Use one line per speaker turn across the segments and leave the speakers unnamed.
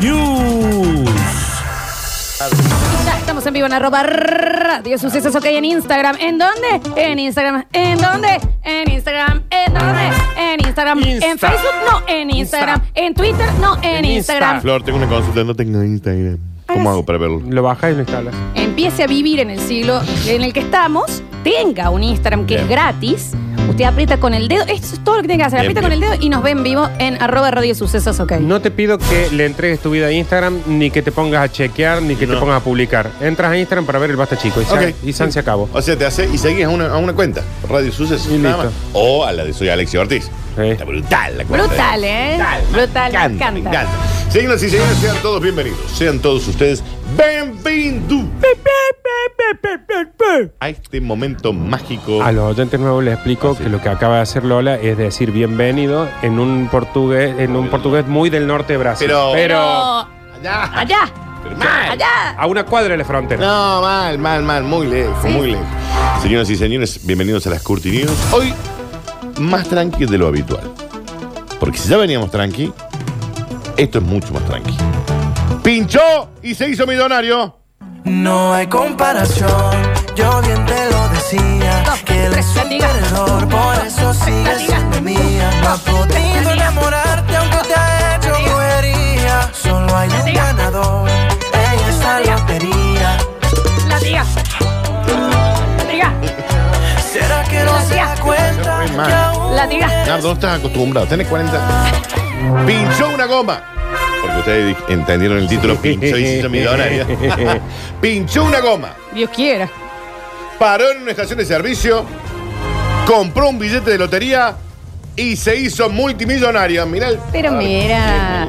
News.
Ya estamos en vivo en arroba radio sucesos ok en Instagram. ¿En dónde? En Instagram. ¿En dónde? En Instagram. ¿En dónde? En Instagram. ¿En
Insta.
Facebook? No, en Instagram. ¿En Twitter? No, en
En Insta.
Instagram.
Flor, tengo una consulta, no tengo Instagram.
Ahora
¿Cómo
Ah, sí.
hago para verlo?
Lo bajas y lo instalas.
Empiece a vivir en el siglo en el que estamos. Tenga un Instagram que es
Bien.
gratis. Usted aprieta con el dedo. Esto es todo lo que tiene que hacer.
Bien,
Aprieta con el
bien.
dedo y nos ve en vivo en arroba radio sucesos ok.
No te pido que le entregues tu vida a Instagram, ni que te pongas a chequear, ni que te
No.
pongas a publicar. Entras a Instagram para ver el basta chico. Y, San-
Ok.
y San se acabó.
O sea, te hace y seguís a una, a una cuenta, Radio Sucesos,
Y
nada
listo.
más. O a la de Soy Alexi Ortiz.
Sí.
Está brutal la cuenta.
Brutal, ¿eh? Brutal, me
encanta, me
encanta.
encanta. Señoras y señores, sean todos bienvenidos. Sean todos ustedes bienvenidos a este momento mágico.
A los oyentes nuevos les explico que lo que acaba de hacer Lola es decir bienvenido en un portugués, en un portugués muy del norte de Brasil.
Pero-
Pero
Allá.
allá,
Pero mal.
allá.
a una cuadra de la frontera.
No, mal, mal, mal. Muy lejos,
Sí.
muy lejos. Señoras y señores, bienvenidos a las Curti News. Hoy, más tranqui de lo habitual. Porque si ya veníamos tranqui, esto es mucho más tranqui. Pinchó y se hizo millonario.
No hay comparación, yo bien te lo decía
Dos,
Que él
tres,
es un
latiga.
perdedor, por eso sigues
Latiga.
siendo mía No has podido
latiga.
enamorarte aunque te ha hecho
Latiga.
brujería Solo hay un
Latiga.
ganador en esta
Latiga.
lotería
La diga. La diga.
¿Será que no se da
Latiga.
cuenta
Muy mal.
que aún
Latiga.
Nardo, no estás acostumbrado, tenés 40. Pinchó una goma. Porque ustedes di- entendieron el título, pinchó y se hizo millonario. pinchó una goma.
Dios quiera.
Paró en una estación de servicio, compró un billete de lotería y se hizo multimillonario. Mirá el...
Pero mira.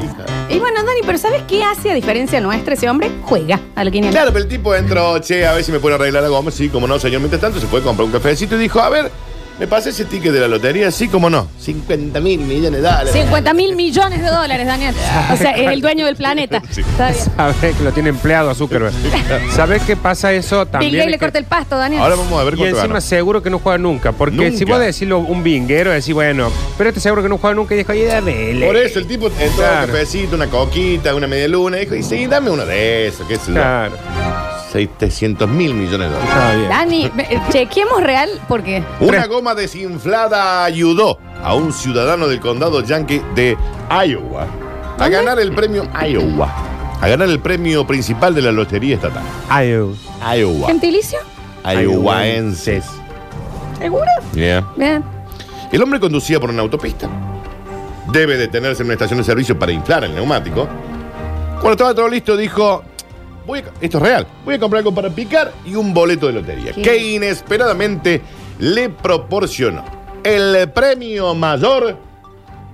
Y bueno, Dani, pero ¿sabes qué hace a diferencia nuestra ese hombre? Juega a la quiniela.
Claro, pero el tipo entró, che, a ver si me pueden arreglar la goma. Sí, como no, señor. Mientras tanto, se fue a comprar un cafecito y dijo, a ver, ¿me pasé ese ticket de la lotería? Sí, como no. 50 mil millones de dólares.
50 mil millones de dólares, Daniel. O sea, es el dueño del planeta.
Sí.
Está bien.
Sabes que lo tiene empleado a Zuckerberg. ¿Sabes qué pasa eso también?
Bill Gates
es
le
que-
corta el pasto, Daniel.
Ahora vamos a ver
Y
cuánto
encima
ganó.
seguro que no juega nunca. Porque si
Nunca.
vos decís lo- un vinguero, decís, bueno, pero este seguro que no juega nunca y dijo, y dame.
Por eso el tipo entró a un
Claro.
cafecito, una coquita, una media luna, dijo, y sí, dame uno de esos, qué sé yo.
Claro,
700 mil millones de dólares.
está bien.
Dani, ve- eh, chequeemos real porque.
Una
Tres.
goma desinflada ayudó a un ciudadano del condado yankee de Iowa a ganar el premio Iowa. A ganar el premio principal de la lotería estatal.
Ay, uh,
Iowa.
¿Gentilicio?
Iowaenses.
¿Seguro?
Yeah.
Bien.
El hombre conducía por una autopista. Debe detenerse en una estación de servicio para inflar el neumático. Cuando estaba todo listo, dijo: voy a- Esto es real. Voy a comprar algo para picar y un boleto de lotería.
¿Qué?
Que inesperadamente le proporcionó el premio mayor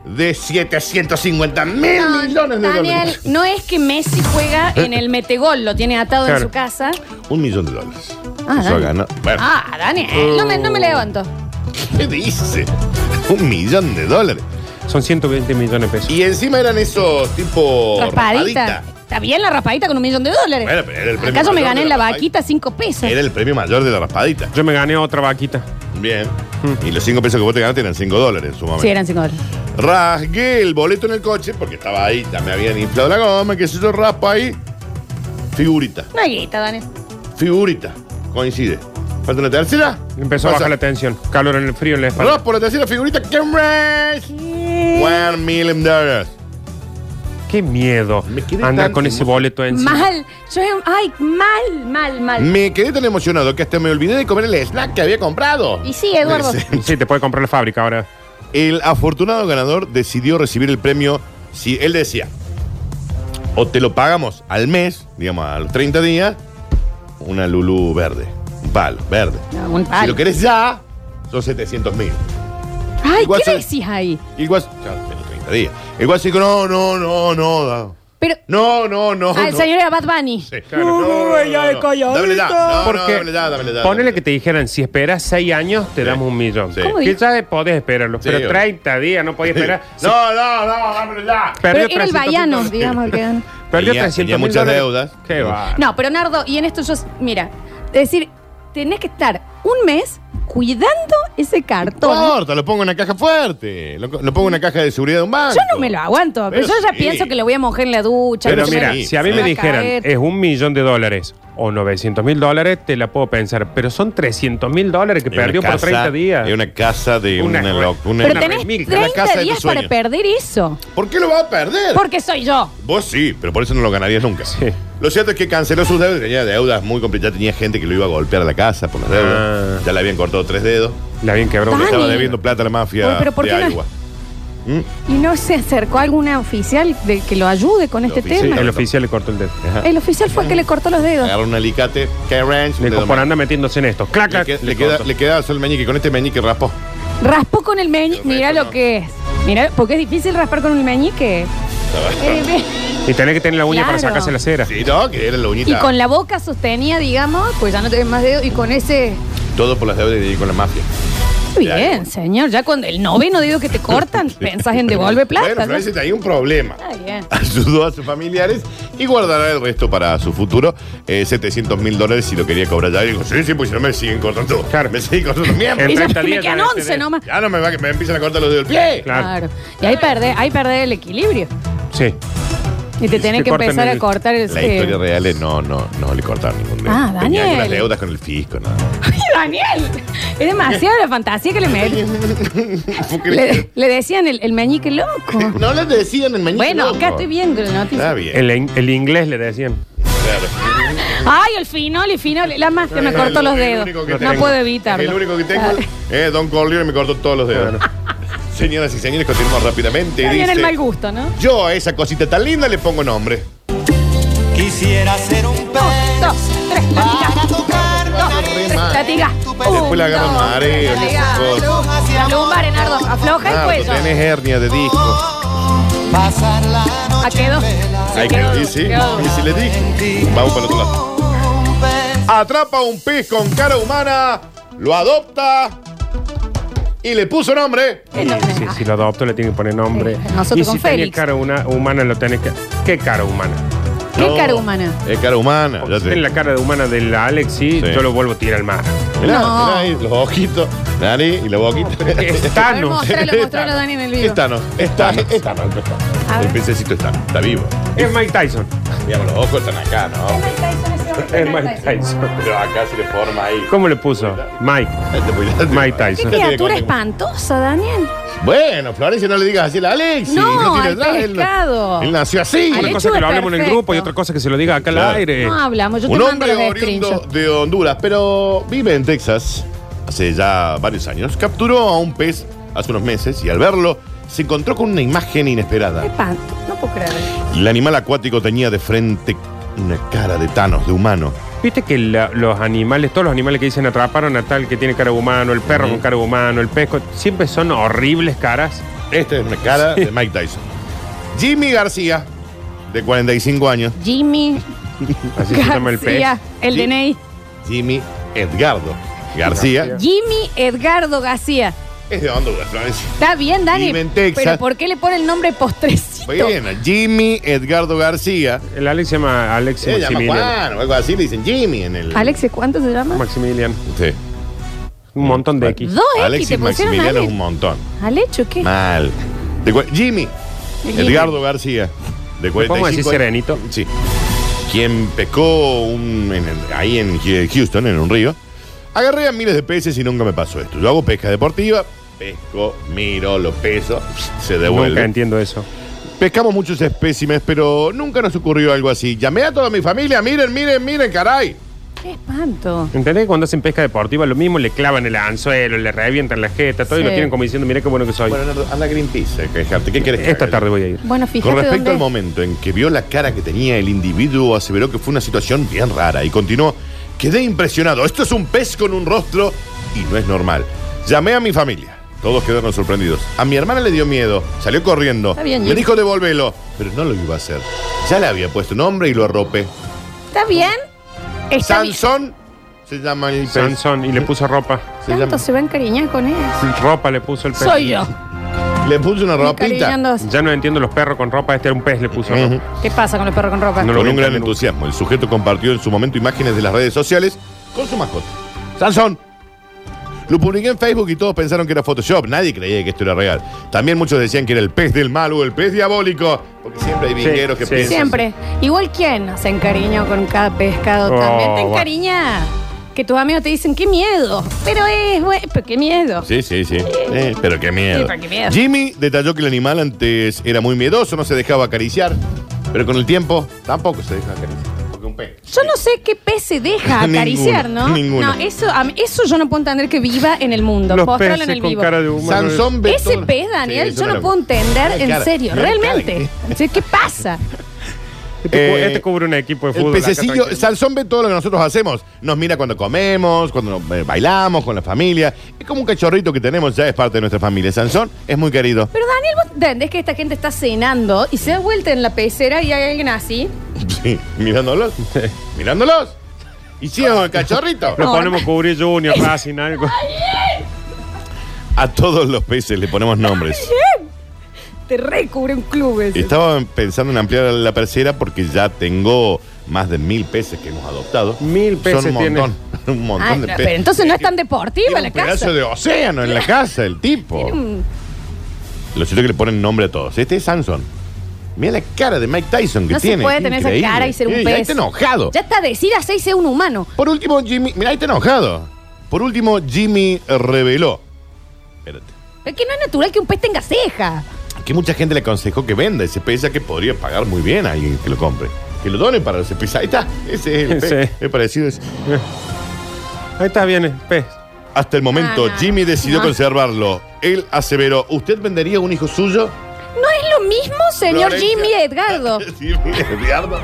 de 750 mil millones de
Daniel,
dólares.
no es que Messi juega en el metegol, lo tiene atado en
Claro.
su casa.
Un millón de dólares.
Ah,
Eso
Dani.
ganó. Bueno,
Ah, Daniel, no me,
Oh.
no me levanto.
¿qué dice? Un millón de dólares.
son 120 millones de pesos.
Y encima eran esos tipo.
Raspadita.
rapadita.
Está bien la raspadita con un millón de dólares.
Oh, Bueno, pero era el premio
Acá yo me
mayor
gané
de
en la
la
vaquita cinco pesos.
Era el premio mayor de la raspadita.
Yo me gané otra vaquita.
Bien. Y los 5 pesos que vos te ganaste eran 5 dólares en su momento.
Mm. Sí, eran cinco dólares.
Rasgué el boleto en el coche porque estaba ahí, ya me habían inflado la goma, que se yo raspa ahí. Figurita,
No hay guita, Dani.
figurita. Coincide. Falta una tercera.
Empezó a
Pasa.
bajar la tensión. Calor en el frío en la espalda.
Raspo la tercera figurita. ¿Qué más? One million dollars.
Qué miedo.
Me quedé
Andar
tan
con ese
emocionado.
boleto encima.
Mal. Yo, ay, mal, mal, mal.
Me quedé tan emocionado que hasta me olvidé de comer el snack que había comprado.
Y sí, Eduardo.
Sí.
Sí, te puede comprar la fábrica ahora.
El afortunado ganador decidió recibir el premio si él decía, o te lo pagamos al mes, digamos a los 30 días, una Lulú verde, un palo verde.
No, un
Si
palo.
lo querés ya, son 700 mil.
Ay,
Igual
¿qué
se-
decís ahí?
Y el guaso, ya, en los 30 días. El guaso dijo, no, no, no, no, da-
Pero
No, no, no.
al
no.
Ah, señor era Bad Bunny.
Sí.
Claro.
No, no, no,
ya
no,
el
no.
coyotito.
Dámele ya. No, no,
Porque
dámele ya, dámele
ponele
ya, dámele
que
ya.
te dijeran, si esperas 6 años, te
Sí.
damos un millón.
Sí.
¿Cómo
Que
dijo?
ya podés esperarlo,
Sí,
pero
obvio.
30 días no podías esperar. Si
No, no, no, dámelo ya.
perdió
Pero era el
300.000
vallano,
dólares.
digamos que.
Perdió
Tenía-
300
tenía muchas deudas.
Qué va.
No, pero Nardo, y en esto yo, mira, es decir, tenés que estar un mes cuidando ese
No
cartón.
importa, lo pongo en una caja fuerte. Lo, lo pongo en una caja de seguridad de un banco.
Yo no me lo aguanto, pero,
Pero
yo ya
sí.
pienso que lo voy a mojar en la ducha.
Pero
que
mira,
me-
si a mí
se
me
va
dijeran
eh,
caer.
es un millón de dólares o 900 mil dólares, te la puedo pensar. Pero son 300 mil dólares que
Es una
perdió por
casa-
30 días.
Es una casa de
Una-
una, loc- una-
pero
una-
tenés
remil,
30
la casa de tus
días para
sueños.
perder eso.
¿Por qué lo va a perder?
Porque soy yo.
Vos sí, pero por eso no lo ganarías nunca.
Sí.
Lo cierto es que canceló sus deudas. Tenía deudas muy complicadas. Tenía gente que lo iba a golpear a la casa por las deudas.
Ah.
Ya le habían cortado tres dedos.
La bien quebró.
Dani.
Estaba debiendo plata a la mafia
Uy, pero ¿por
de
qué no-
Iowa. Mm,
Y no se acercó alguna oficial de que lo ayude con este
oficial.
Sí,
tema.
el oficial le cortó el dedo.
El oficial fue el que le cortó los dedos.
Agarra un alicate, K-Ranch,
Le dijo, por andar metiéndose en esto. Clac,
Le,
clac,
que- le
le
queda,
cortó.
le queda solo el meñique. Con este meñique raspó.
Raspó con el meñique.
Pero
Mira
esto
lo
no.
que es. Mira, porque es difícil raspar con un meñique. Eh, ve-
Y tenés que tener la uña para
Claro.
sacarse la cera.
Sí, no, que era la uñita.
y con la boca sostenía, digamos, pues ya no tenés más dedos. Y con ese.
Todo por las deudas y con la mafia. Ya,
Bien,
igual.
señor. Ya con el noveno dedo que te cortan, pensás en devolver
Bueno,
plata. ¿no?
Florencia, hay un problema.
Está bien.
Ah, Ayudó a sus familiares y guardará el resto para su futuro. Eh, 700 mil dólares si lo quería cobrar ya. Y digo, sí, sí, pues si no me siguen cortando.
Claro.
Me siguen cortando miembros.
Y ya
30
me
días
quedan
ya
11
tenés.
nomás.
Ya no me va que me empiezan a cortar los dedos del pie.
Claro.
Claro. Y ahí perdés, ahí perdés el equilibrio.
Sí.
Y te tenés
te
que
cortan
empezar
el-
a cortar el.
La
eh,
historia real es no, no, no le cortaron ningún dedo.
Ah,
Tenía
Daniel.
algunas deudas con el fisco, nada.
Daniel, es demasiada la fantasía que le meten. Le, le decían el, el meñique loco.
no les decían el meñique.
Bueno,
loco.
acá estoy viendo la noticia.
Está bien.
El, en- el inglés le decían.
claro.
Ay, el finol, el finol. La más que me
Es
cortó
el-
los
el
dedos.
único que
No
tengo.
puedo
Es
evitarlo.
el único que tengo.
Dale.
Eh, Don Corleone me cortó todos los dedos. Señoras y señores, continuamos rápidamente.
Está bien el
Dice,
mal gusto, ¿no?
Yo a esa cosita tan linda le pongo nombre.
Quisiera ser un pez
Un, dos, tres,
para
latiga.
tocar la nariz.
Re mal.
Latiga.
Después le agarran
Un, dos,
mareo y
latiga.
esas cosas.
La lumbar, Enardo. Afloja el
Ah,
cuello. Oh,
tenés hernia de disco.
Pasar la
¿A
noche
Ah, quedó?
Ay,
quedó,
que- y sí,
quedó.
y si le dije. Vamos para el otro lado.
como un pez.
Atrapa un pez con cara humana, lo adopta y le puso nombre.
Eh, no,
Sí, si lo adopto le tienen que poner nombre.
Sí, nosotros
y
con
si tenés
Félix.
cara una, humana lo tenés que... ¿Qué cara humana?
¿Qué
No,
cara humana?
Es cara humana. Ah, Ya
Si
te-
tenés la cara de humana de la Alexi,
Sí.
yo lo vuelvo a tirar al mar.
Mirá,
No.
mirá ahí, los ojitos, nariz y la boquita.
A
Es
ver,
Thanos.
mostralo, mostralo, Dani, en el
Es
video.
Thanos, es Thanos, es Thanos, es Thanos.
A ver.
El pececito está, está vivo.
Es Mike Tyson.
Digamos, los ojos están acá, ¿no?
Es Mike Tyson.
Pero acá se le forma ahí.
¿Cómo le puso? Mike.
Este, pues, ya te-
Mike
Qué
Tyson.
criatura espantosa, Daniel.
Bueno, Florencia, no le digas así a la Alexis.
No,
tiene
al
edad, él-
pescado.
Él, nació así.
Al
Una
El
cosa
hecho
que lo
es
hablemos en el
perfecto.
grupo y otra cosa que se lo diga acá al
Claro.
aire.
No hablamos, yo te
Eh, Un
mando
hombre
los
oriundo
screenshots.
de Honduras, pero vive en Texas hace ya varios años. Capturó a un pez hace unos meses y al verlo se encontró con una imagen
Qué
inesperada.
espanto, no puedo creer.
El animal acuático tenía de frente una cara de Thanos, de humano.
Viste que la- los animales, todos los animales que dicen atraparon a tal que tiene cara de humano, el perro con cara de humano, el pesco, siempre son horribles caras.
Esta Este es una cara de Mike Tyson. Jimmy García, de 45 años.
Jimmy
Así se llama el pez.
García, el
Sí.
DNI.
Jimmy Edgardo García.
Jimmy Edgardo García.
Es de Honduras, Florencia.
Está bien, Dani.
Vive en Texas.
Pero ¿por qué le pone el nombre postrecito?
Bueno, Jimmy Edgardo García.
El Alex se llama Alex
Se llama
Maximilian.
Juan o algo así, le dicen Jimmy en el.
Alex, ¿cuánto se llama?
Maximilian.
Sí.
Un montón de X.
Dos X
Alex
te
y
pusieron
Maximiliano es
Alex.
un montón.
¿Alecho qué?
Mal. De cua- Jimmy
Jimmy.
Edgardo García, de
¿Le podemos
45
decir
años.
serenito?
Sí. Quien pescó un- en el- ahí en Hu- Houston, en un río. Agarré a miles de peces y nunca me pasó esto. Yo hago pesca deportiva, pesco, miro, lo peso, se
Nunca
devuelve.
entiendo eso.
Pescamos muchos espécimes, pero nunca nos ocurrió algo así. Llamé a toda mi familia, miren, miren, miren, caray.
Qué espanto.
¿Entendés que cuando hacen pesca deportiva lo mismo le clavan el anzuelo, le revientan la jeta, todo y
Sí.
lo tienen como diciendo, mira qué bueno que soy?
Bueno, Nardo, anda a Greenpeace a quejarte. ¿Qué querés que
Esta
haga?
tarde voy a ir.
Bueno, fíjate
Con respecto
dónde-
al momento en que vio la cara que tenía el individuo, aseveró que fue una situación bien rara y continuó, quedé impresionado. Esto es un pez con un rostro y no es normal. Llamé a mi familia. Todos quedaron sorprendidos. A mi hermana le dio miedo, salió corriendo.
Está bien,
me
Jim.
dijo devolvelo, pero no lo iba a hacer. Ya le había puesto nombre y lo arropé.
¿Está bien? Está bien.
Sansón se llama el pez.
Sansón y le puso ropa.
Se
Tanto
llama-
se va a encariñar con él.
Ropa le puso el pez.
Soy yo.
Le puso una ropita.
Encariñándose.
Ya no entiendo los perros con ropa. Este era un pez, le puso
Ujú.
ropa.
¿Qué pasa con el perro con ropa?
No lo-
Con un
nunca,
gran
nunca.
entusiasmo, el sujeto compartió en su momento imágenes de las redes sociales con su mascota. Sansón. Lo publiqué en Facebook y todos pensaron que era Photoshop. Nadie creía que esto era real. También muchos decían que era el pez del mal o el pez diabólico. Porque siempre hay vingueros que
sí.
piensan.
Siempre. Igual quién se encariñó con cada pescado
Oh,
también. Te
va.
encariña. Que tus amigos te dicen, qué miedo. Pero es, güey, pero qué miedo.
Sí, sí, sí. Eh, pero qué miedo.
Sí, pero qué miedo.
Jimmy detalló que el animal antes era muy miedoso, no se dejaba acariciar. Pero con el tiempo tampoco se deja acariciar. Porque un pez.
Yo no sé qué pez se deja acariciar,
Ninguno,
¿no?
ninguno.
No, eso, a mí- eso yo no puedo entender que viva en el mundo.
Los
Póstralo
peces
en el
con
vivo.
cara de humano.
Sansón ve
Ese
todo-
pez, Daniel,
Sí,
yo no
lo-
puedo entender,
Mira la
en
cara,
serio,
mira la cara
realmente.
que-
O sea, ¿Qué pasa?
Este, cu-
Eh,
este cubre un equipo de
El
fútbol. acá,
pececillo,
tranquilo.
Sansón ve todo lo que nosotros hacemos. Nos mira cuando comemos, cuando eh, bailamos con la familia. Es como un cachorrito que tenemos, ya es parte de nuestra familia. Sansón es muy querido.
Pero Daniel, ¿vos entendés que esta gente está cenando y se da vuelta en la pecera y hay alguien así?
Sí, mirándolos. mirándolos. Y sí, el cachorrito.
Lo
No,
ponemos a cubrir Junior, Racing, algo.
A todos los peces le ponemos nombres.
Te recubre un club ese.
Estaba pensando en ampliar la percera porque ya tengo más de mil peces que hemos adoptado.
Mil peces
Son un montón. Un montón
Ah,
de
no,
peces.
pero entonces no es tan
Tiene
deportiva la
un pedazo
casa.
de océano en la casa, el tipo.
Mm,
Lo cierto es que le ponen nombre a todos. Este es Samson. Mira la cara de Mike Tyson que
No se
tiene.
puede tener
Increíble.
esa cara y ser un
Ey,
pez.
Ahí está enojado.
Ya está, decir a seis ser un humano.
Por último, Jimmy. Mira, ahí está enojado. Por último, Jimmy reveló. Espérate.
Es que no es natural que un pez tenga ceja.
Que mucha gente le aconsejó que venda ese pez, ya que podría pagar muy bien a alguien que lo compre. Que lo done para ese pez. Ahí está. Ese es el pez.
Sí.
Es parecido. a ese.
Ahí está, viene, pez.
Hasta el momento,
Ah, no.
Jimmy decidió
No.
conservarlo. Él aseveró: ¿Usted vendería un hijo suyo?
¿No es lo mismo, señor
Florencia.
Jimmy Edgardo?
Jimmy Edgardo.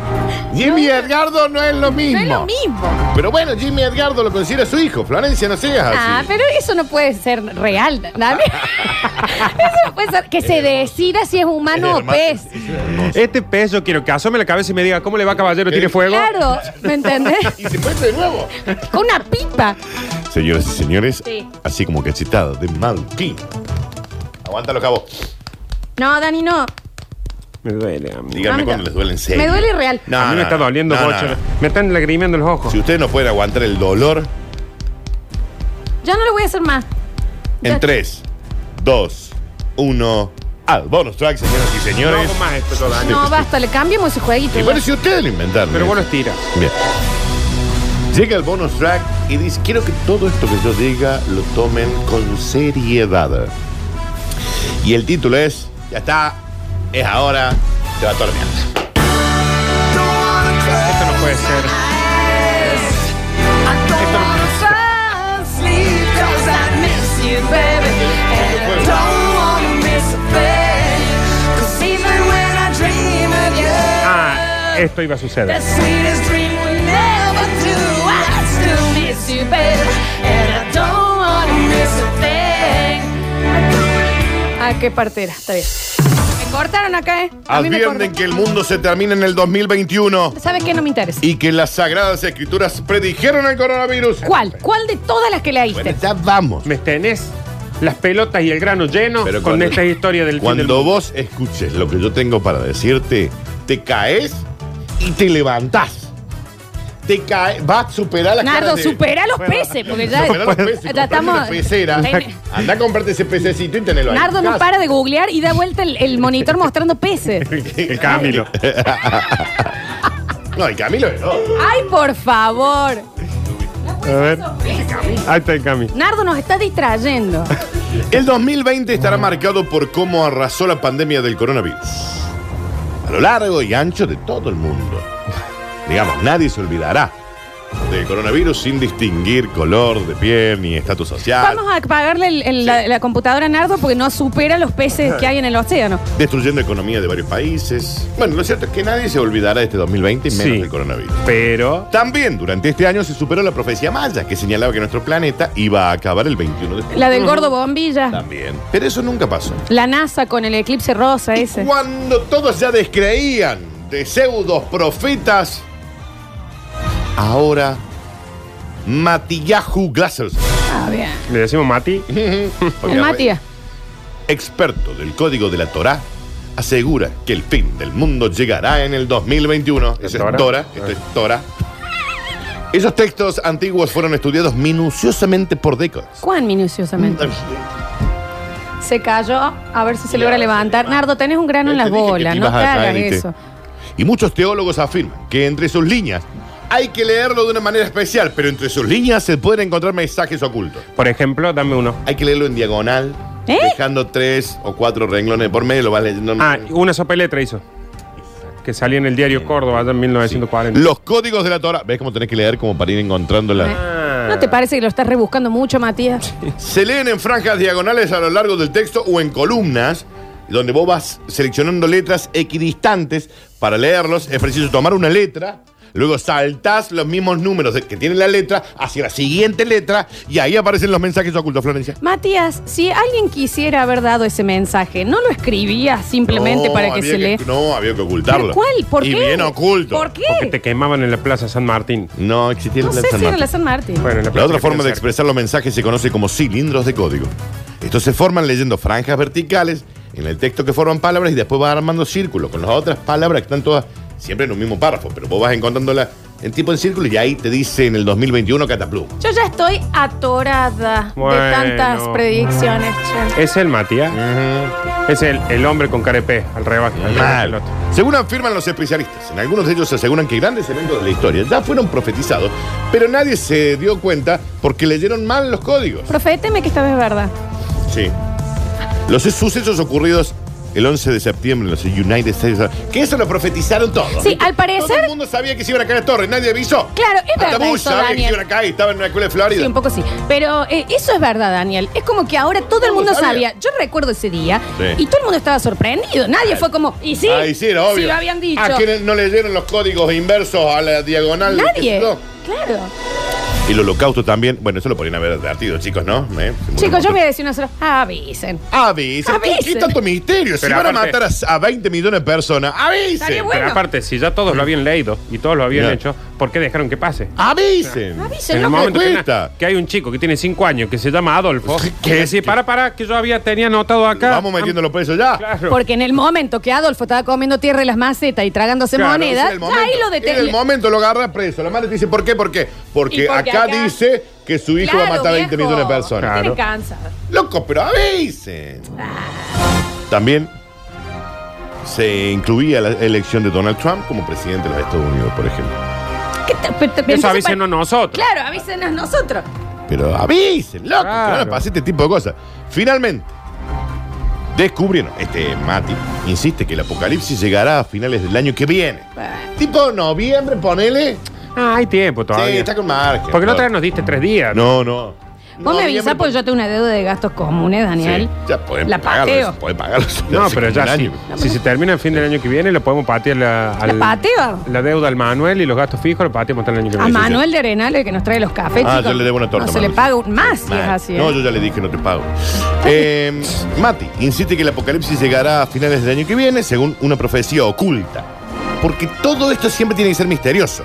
Jimmy Edgardo no es lo
No
mismo.
es lo mismo.
Pero bueno, Jimmy Edgardo lo considera su hijo. Florencia, no seas así.
Ah, pero eso no puede ser real, Dani. eso no puede ser. Que se decida si es humano o
hermano.
pez.
Este pez yo quiero que asome la cabeza y me diga, ¿cómo le va, caballero? ¿Tiene
Eh,
fuego?
Claro, ¿me entendés?
Y se puede de nuevo.
Con una pipa.
Señoras y señores,
Sí.
así como cachetada de Malquín. Aguántalo, cabo.
No, Dani, no.
Me duele, amigo.
Díganme
Amigo.
cuando les duele en serio.
Ah, Me duele real.
No,
a mí me está doliendo,
no,
bocha.
no, no.
Me están lagrimeando los ojos.
Si ustedes no pueden aguantar el dolor,
Yo no le voy a hacer más. Ya.
en 3, 2, 1. Al bonus track, señoras y
No
señores.
hago más esto, yo, Dani.
No, basta, le cambiamos ese jueguito.
y bueno, si ustedes lo inventaron.
Pero
eso.
vos los tiras.
Bien. Llega el bonus track y dice, quiero que todo esto que yo diga lo tomen con seriedad. Y el título es, ya está, es ahora, te va toda la mierda.
Esto no puede ser. Ah, esto iba a suceder.
Ah, qué partera, está bien. Me cortaron acá, ¿eh? A mí me
Advierten
cortaron.
que el mundo se termina en el 2021
¿Sabes qué? No me interesa.
y que las sagradas escrituras predijeron el coronavirus.
¿Cuál? ¿Cuál de todas las que leíste?
Bueno, ya vamos.
¿Me tenés las pelotas y el grano lleno
Pero
con
cuando-
esta historia del fin del
Cuando
mundo?
vos escuches lo que yo tengo para decirte, te caes y te levantás. Te caes, vas a superar las
Nardo,
caras de-
supera los peces, porque ya,
Superá los peces,
ya
comprate
estamos.
una pecera.
Ten-
Andá a comprarte ese pececito y tenelo ahí.
Nardo no
Casa.
para de googlear y da vuelta el, el monitor mostrando peces.
El Camilo.
No, el Camilo es otro.
¡Ay, por favor!
A ver. Ahí está el Camilo.
Nardo nos está distrayendo.
El 2020 estará marcado por cómo arrasó la pandemia del coronavirus. A lo largo y ancho de todo el mundo. Digamos, nadie se olvidará del coronavirus sin distinguir color de piel ni estatus social.
Vamos a apagarle el- el- la, la computadora a Nardo porque no supera los peces que hay en el océano.
Destruyendo economía de varios países. Bueno, lo cierto es que nadie se olvidará de este 2020 y menos
Sí.
del coronavirus.
Pero
También durante este año se superó la profecía maya que señalaba que nuestro planeta iba a acabar el 21 de julio.
La del gordo bombilla.
También. Pero eso nunca pasó.
La NASA con el eclipse rosa ese.
Cuando todos ya descreían de pseudos profetas, ahora Matiyahu Glassers,
Ah, bien.
Le decimos Mati.
El Matías.
experto del código de la Torá, asegura que el fin del mundo llegará en el 2021. Eso es
Torá?
Torah, esto es Torah. Esos textos antiguos fueron estudiados minuciosamente por décadas.
Cuán minuciosamente. Se cayó. A ver si se logra
ahora
levantar.
se levanta.
Nardo, tenés un grano en
Mm. Te
las
dije que
bolas.
te
No te
ibas a
hagas
caer, ¿viste?
eso.
Y muchos teólogos afirman que entre sus líneas hay que leerlo de una manera especial, pero entre sus líneas se pueden encontrar mensajes ocultos.
Por ejemplo, dame uno.
Hay que leerlo en diagonal,
¿Eh?
dejando tres o cuatro renglones por medio, lo vas leyendo.
Ah, una sopa de letra hizo. Que salía en el diario Córdoba allá en 1940.
Los códigos de la Torah. ¿Ves cómo tenés que leer como para ir encontrándola?
Ah.
¿No te parece que lo estás rebuscando mucho, Matías?
Se leen en franjas diagonales a lo largo del texto o en columnas, donde vos vas seleccionando letras equidistantes para leerlos. Es preciso tomar una letra, luego saltás los mismos números que tiene la letra hacia la siguiente letra y ahí aparecen los mensajes ocultos, Florencia.
Matías, si alguien quisiera haber dado ese mensaje, ¿no lo escribías simplemente
No,
para que
había
se lea?
No, había que
¿Pero
ocultarlo.
cuál? ¿Por
y
qué?
bien oculto.
¿Por qué?
Porque te quemaban en la Plaza San Martín.
No existía
No
el
sé
plan San
si era
Martín.
la San Martín.
Bueno, en la,
La
plaza
otra
que
forma de
tiene cerca.
expresar los mensajes se conoce como cilindros de código. Estos se forman leyendo franjas verticales en el texto que forman palabras y después vas armando círculos con las otras palabras que están todas siempre en un mismo párrafo, pero vos vas encontrándolas en tipo en círculo y ahí te dice en el 2021 Cataplum.
Yo ya estoy atorada de
Bueno.
tantas predicciones. che.
Es el Matías. Es el, el hombre con carepé al rebaje. al rebaje del
Mm. Mal.
otro.
Según afirman los especialistas, en algunos de ellos aseguran que grandes eventos de la historia ya fueron profetizados, pero nadie se dio cuenta porque leyeron mal los códigos.
Proféteme que esta vez es verdad.
Sí. Los sucesos ocurridos el 11 de septiembre en los United States. Que eso lo profetizaron todos.
Sí, al
Todo el
parecer.
mundo sabía que se iban a caer las torres, nadie avisó.
Claro, es
Hasta
verdad
Bush
eso,
sabía que se
Daniel.
iban a caer y estaba en una escuela de Florida.
Sí, un poco sí. Pero eh, eso es verdad, Daniel. Es como que ahora todo el
Todo
mundo
sabía.
sabía. Yo recuerdo ese día
Sí.
y todo el mundo estaba sorprendido. Nadie fue como, ¿y sí?
Ahí sí, era obvio. Ah,
Sí, lo habían dicho.
¿A quién no leyeron los códigos inversos a la diagonal?
Nadie.
¿Qué sé yo?
Claro.
Y el holocausto también. Bueno, eso lo podrían haber advertido, chicos, ¿no? ¿Eh? Se murió
Chicos,
mucho.
yo voy a decir una sola. Ah, Avisen.
Avisen. ¿Qué,
Avisen.
qué tanto misterio? Si
Pero
van a
aparte-
matar a, a 20 millones de personas, avisen.
Estaría bueno.
Pero aparte, si ya todos lo habían leído y todos lo habían
Ya.
hecho, ¿por qué dejaron que pase?
Avisen.
Avisen,
en
no
el
me
momento que,
cuesta.
na- que hay un chico que tiene 5 años que se llama Adolfo,
¿Qué?
que decía, para, para, que yo había tenía anotado acá.
Vamos metiendo los pesos ya.
Claro.
Porque en el momento que Adolfo estaba comiendo tierra de las macetas y tragándose
Claro,
monedas,
Ah, En el
ya ahí lo
momento, en el
detecté.
momento lo agarra preso. La madre te dice, ¿por qué? ¿Por qué? Porque,
Y porque
acá,
acá-
dice que su hijo va a matar a 20 millones de personas.
Tiene
Claro.
cáncer.
Loco, pero avisen. También se incluía la elección de Donald Trump como presidente de los Estados Unidos, por ejemplo.
¿Qué te- te- te-
Eso
entonces,
avísenos
pa-
nosotros.
Claro, avísenos nosotros.
Pero avisen, loco,
Claro.
que van a pasar este tipo de cosas. Finalmente, descubrieron, este Mati insiste que el apocalipsis llegará a finales del año que viene.
Bueno.
Tipo noviembre, ponele.
Ah, hay tiempo
Sí,
todavía.
está con margen.
Porque la
todo.
otra vez nos diste 3 días.
No, no.
Vos me avisás porque yo tengo una deuda de gastos comunes, Daniel.
ya podés
La
pagarlo.
pateo.
Podés pagarlo.
No, pero
hace como
ya
un
sí.
año.
Si se termina el fin del año que viene, le podemos patear la, al-
¿La pateo?
la deuda al Manuel y los gastos fijos, lo pateamos hasta el año que
A
viene.
Manuel de Arenales que nos trae los cafés,
Ah,
chicos.
yo le debo una torta.
No se le
Manuel.
paga un más si es
Mal.
así.
No,
¿eh?
yo ya le dije que no te pago. Eh, Mati insiste que el apocalipsis llegará a finales del año que viene, según una profecía oculta. Porque todo esto siempre tiene que ser misterioso.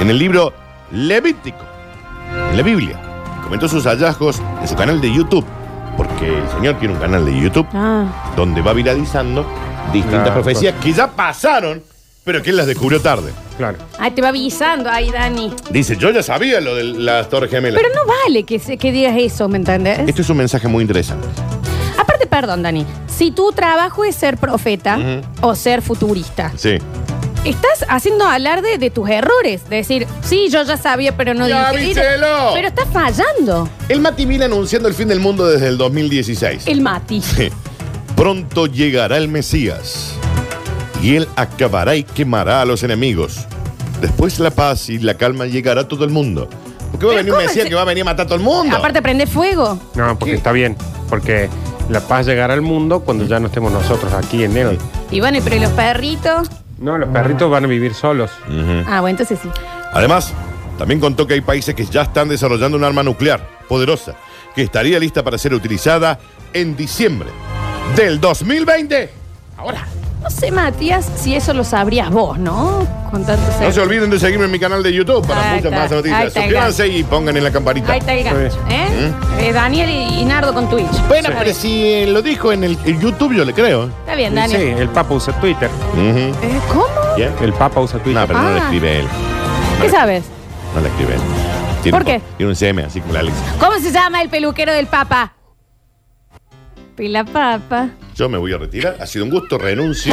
En el libro Levítico, en la Biblia, comentó sus hallazgos en su canal de YouTube. Porque el señor tiene un canal de YouTube
Ah,
donde va viralizando distintas
Claro,
profecías que ya pasaron, pero que él las descubrió tarde.
Claro.
ahí te va avisando, ahí, Dani.
Dice, yo ya sabía lo de las Torres Gemelas.
Pero no vale que, se- que digas eso, ¿me entendés?
Esto es un mensaje muy interesante.
Aparte, perdón, Dani. Si tu trabajo es ser profeta o ser futurista,
Sí.
Estás haciendo alarde de tus errores. De decir, sí, yo ya sabía, pero no
¡Ya
dije.
avíselo!
Pero estás fallando
El Mati viene anunciando el fin del mundo desde el 2016.
el Mati.
Pronto llegará el Mesías y él acabará y quemará a los enemigos. Después la paz y la calma llegará a todo el mundo. Porque va
Pero
a venir un
¿cómo
Mesías
se-
que va a venir a matar a todo el mundo.
Aparte, prende fuego.
No, porque
¿Qué?
está bien. Porque la paz llegará al mundo cuando ya no estemos nosotros aquí en él.
Y bueno, y- pero ¿y los perritos?
No, los perritos van a vivir solos.
Ah, bueno, entonces sí.
Además, también contó que hay países que ya están desarrollando un arma nuclear poderosa que estaría lista para ser utilizada en diciembre del 2020. Ahora.
No sé, Matías, si eso lo sabrías vos, ¿no? Con tanto
No se
sexo.
olviden de seguirme en mi canal de YouTube para
Ahí
muchas
está.
más
Ahí
noticias.
está el
Suscríbanse y pongan en la campanita.
Ahí está el gancho, ¿eh? Eh, Daniel y, y Nardo con Twitch. Está
Bueno, pero
bien.
si eh, lo dijo en el, el YouTube, yo le creo.
Está bien,
Sí,
Daniel.
el Papa usa Twitter.
Ujú.
Eh, ¿Cómo?
Bien.
El Papa usa Twitter.
No, pero no lo
Ah.
escribe él.
¿Qué sabes?
No lo escribe él. Tiene
¿Por
un po-
qué?
Tiene un CM, así como la Alexa.
¿Cómo se llama el peluquero del Papa? Pila Papa.
Yo me voy a retirar. Ha sido un gusto, renuncio.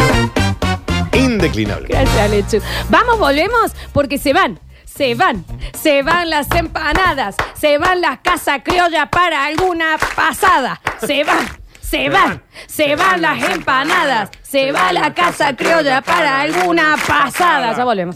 Indeclinable.
Gracias, Alechu. Vamos, volvemos, porque se van, se van, se van las empanadas, se van las casas criollas para alguna pasada, se van. Se van, se van las empanadas, se va la casa criolla para alguna pasada. Ya volvemos.